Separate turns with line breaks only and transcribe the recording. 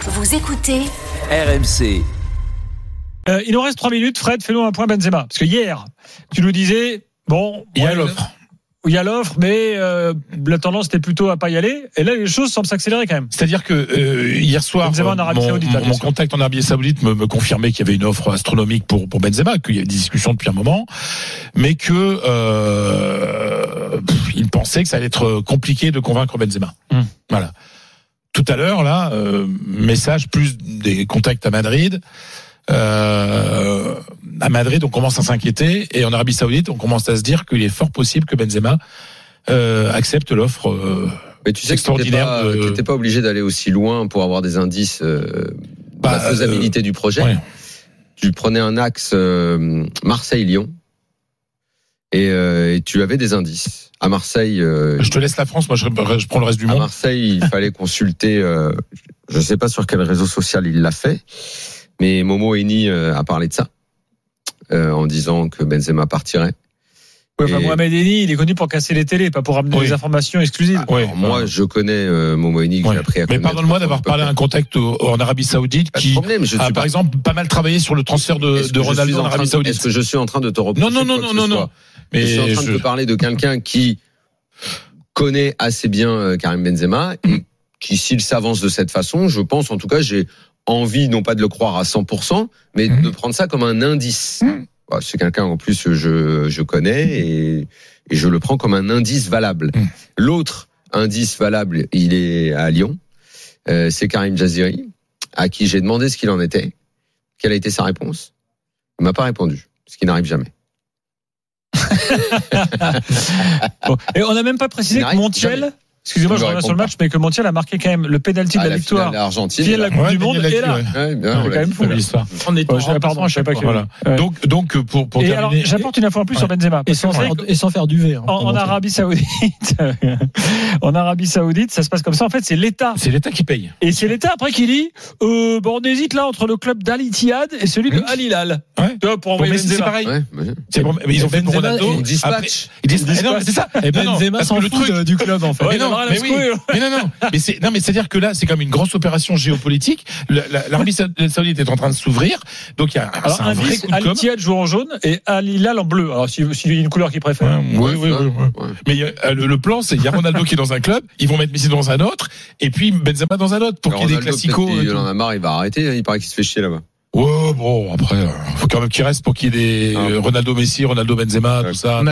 Vous écoutez
RMC.
Euh, il nous reste 3 minutes. Fred, fais-nous un point Benzema. Parce que hier, tu nous disais, bon,
Il y a
ouais,
l'offre.
Il y a l'offre, mais euh, la tendance était plutôt à pas y aller. Et là, les choses semblent s'accélérer quand même.
C'est-à-dire que euh, hier soir,
Benzema en
euh,
Arabie
mon,
Saoudite, là, bien
mon
sûr.
contact en Arabie Saoudite me, me confirmait qu'il y avait une offre astronomique pour, pour Benzema, qu'il y avait des discussions depuis un moment, mais que euh, pff, il pensait que ça allait être compliqué de convaincre Benzema.
Hum.
Voilà. Tout à l'heure, là, euh, message plus des contacts à Madrid. Euh, à Madrid, on commence à s'inquiéter, et en Arabie Saoudite, on commence à se dire qu'il est fort possible que Benzema euh, accepte l'offre. euh,
Mais tu sais que tu
Extraordinaire
pas,
de-
t'étais pas obligé d'aller aussi loin pour avoir des indices euh,
Bah,
de la faisabilité du projet.
ouais.
Tu prenais un axe euh, Marseille-Lyon et, euh, et tu avais des indices. À Marseille, euh,
Je te laisse la France, moi je, bah, je prends le reste du
à
monde.
Marseille, il fallait consulter. euh, je ne sais pas sur quel réseau social il l'a fait, mais Momo Eni euh, a parlé de ça euh, en disant que Benzema partirait.
Ouais, enfin,
Et-
Mohamed Eni, il est connu pour casser les télés, pas pour amener
Oui.
des informations exclusives.
Ouais.
Alors, moi, je connais euh, Momo Eni, que
Ouais.
j'ai appris à
Mais
connaître
pardonne-moi d'avoir
peu
parlé à
près.
un contact au- en Arabie Saoudite
Pas de
qui
problème, je
a
suis
par
pas-
exemple pas mal travaillé sur le transfert de,
Est-ce
de
que je suis
Ronaldo
en
en
train
Arabie
de- Est-ce
Saoudite.
que je suis en train de te reprocher
Non, non, non,
quoi
non,
que
non,
ce
non.
soit
Mais
je suis en train de
je-
te parler de quelqu'un qui connaît assez bien euh, Karim Benzema et qui, s'il s'avance de cette façon, je pense, en tout cas, j'ai envie, non pas de le croire à 100%, mais
Mhm.
de prendre ça comme un indice. Bah, C'est quelqu'un, en plus, que je, je connais et, et je le prends comme un indice valable.
Mhm.
L'autre indice valable, il est à Lyon. Euh, C'est Karim Jaziri, à qui j'ai demandé ce qu'il en était. Quelle a été sa réponse Il m'a pas répondu, ce qui n'arrive jamais.
Bon. Et on n'a même pas précisé
Il
que
n'arrive
Montiel,
jamais.
excusez-moi,
Il
je
ne
reviens sur le
répond
match, mais que Montiel a marqué quand même le pénalty de la
Ah, finale
victoire.
de l'Argentine.
Finale de la Coupe
Ouais,
du Monde
Daniel
est
Lacroix,
là.
ouais.
Ouais, bien,
Ah,
on
ouais,
l'a
quand même
dit
fou,
tout à
c'est
l'heure.
l'histoire. Euh,
On est
en retard
pardon, je savais pas que.
Voilà.
Ouais.
Donc, donc euh, pour, pour
Et alors,
terminer,
j'apporte une info en plus
Ouais.
sur Benzema.
Et
parce
sans,
qu'on sait
faire,
que-
et sans faire duvet. hein,
en, en
pendant-
Arabie Saoudite, en Arabie Saoudite, ça se passe comme ça. En fait, c'est l'État.
c'est l'État qui paye.
Et c'est l'État après qui dit, euh, bon, on hésite là entre le club d'Al Ittihad et celui de
Mmh.
Al Hilal.
Ouais.
Tu vois, Pour
Pour
envoyer
Messi, c'est
Benzema.
pareil.
Ouais, mais-
C'est pour- mais ils ont fait pour
Benzema,
Ronaldo.
On
Euh,
dispatch.
Après- ils dispatchent. Non, mais c'est ça.
Et
Mais non,
Benzema
parce que
s'en
le
fout
truc-
de- du club en fait.
Mais
Ouais,
non,
Bernard
mais oui.
Lascaux,
Mais non, non. Mais c'est non, mais c'est à dire que là, c'est comme une grosse opération géopolitique. La- la- L'Arabie Saoudite est en train de s'ouvrir, donc il y a un-
Alors,
Ah, c'est un vrai
indice,
coup de
Al
com.
Ittihad joue en jaune et Al Hilal en bleu. Alors, s'il s'il y a une couleur qu'il préfère.
Ouais, oui, oui, oui, oui.
Ouais.
Mais il y a- euh, le, le plan, c'est il y a Ronaldo qui est dans un club, ils vont mettre Messi dans un autre, et puis Benzema dans un autre pour qu'il y ait des
Ronaldo,
classicos. euh,
peut-être
et
qu'il
tout.
en a marre, il va arrêter. hein, Il paraît qu'il se fait chier là-bas.
Ouais, bon, après, euh, faut quand même qu'il reste pour qu'il y ait des
Ah.
euh, Ronaldo Messi, Ronaldo Benzema,
Ouais.
tout ça.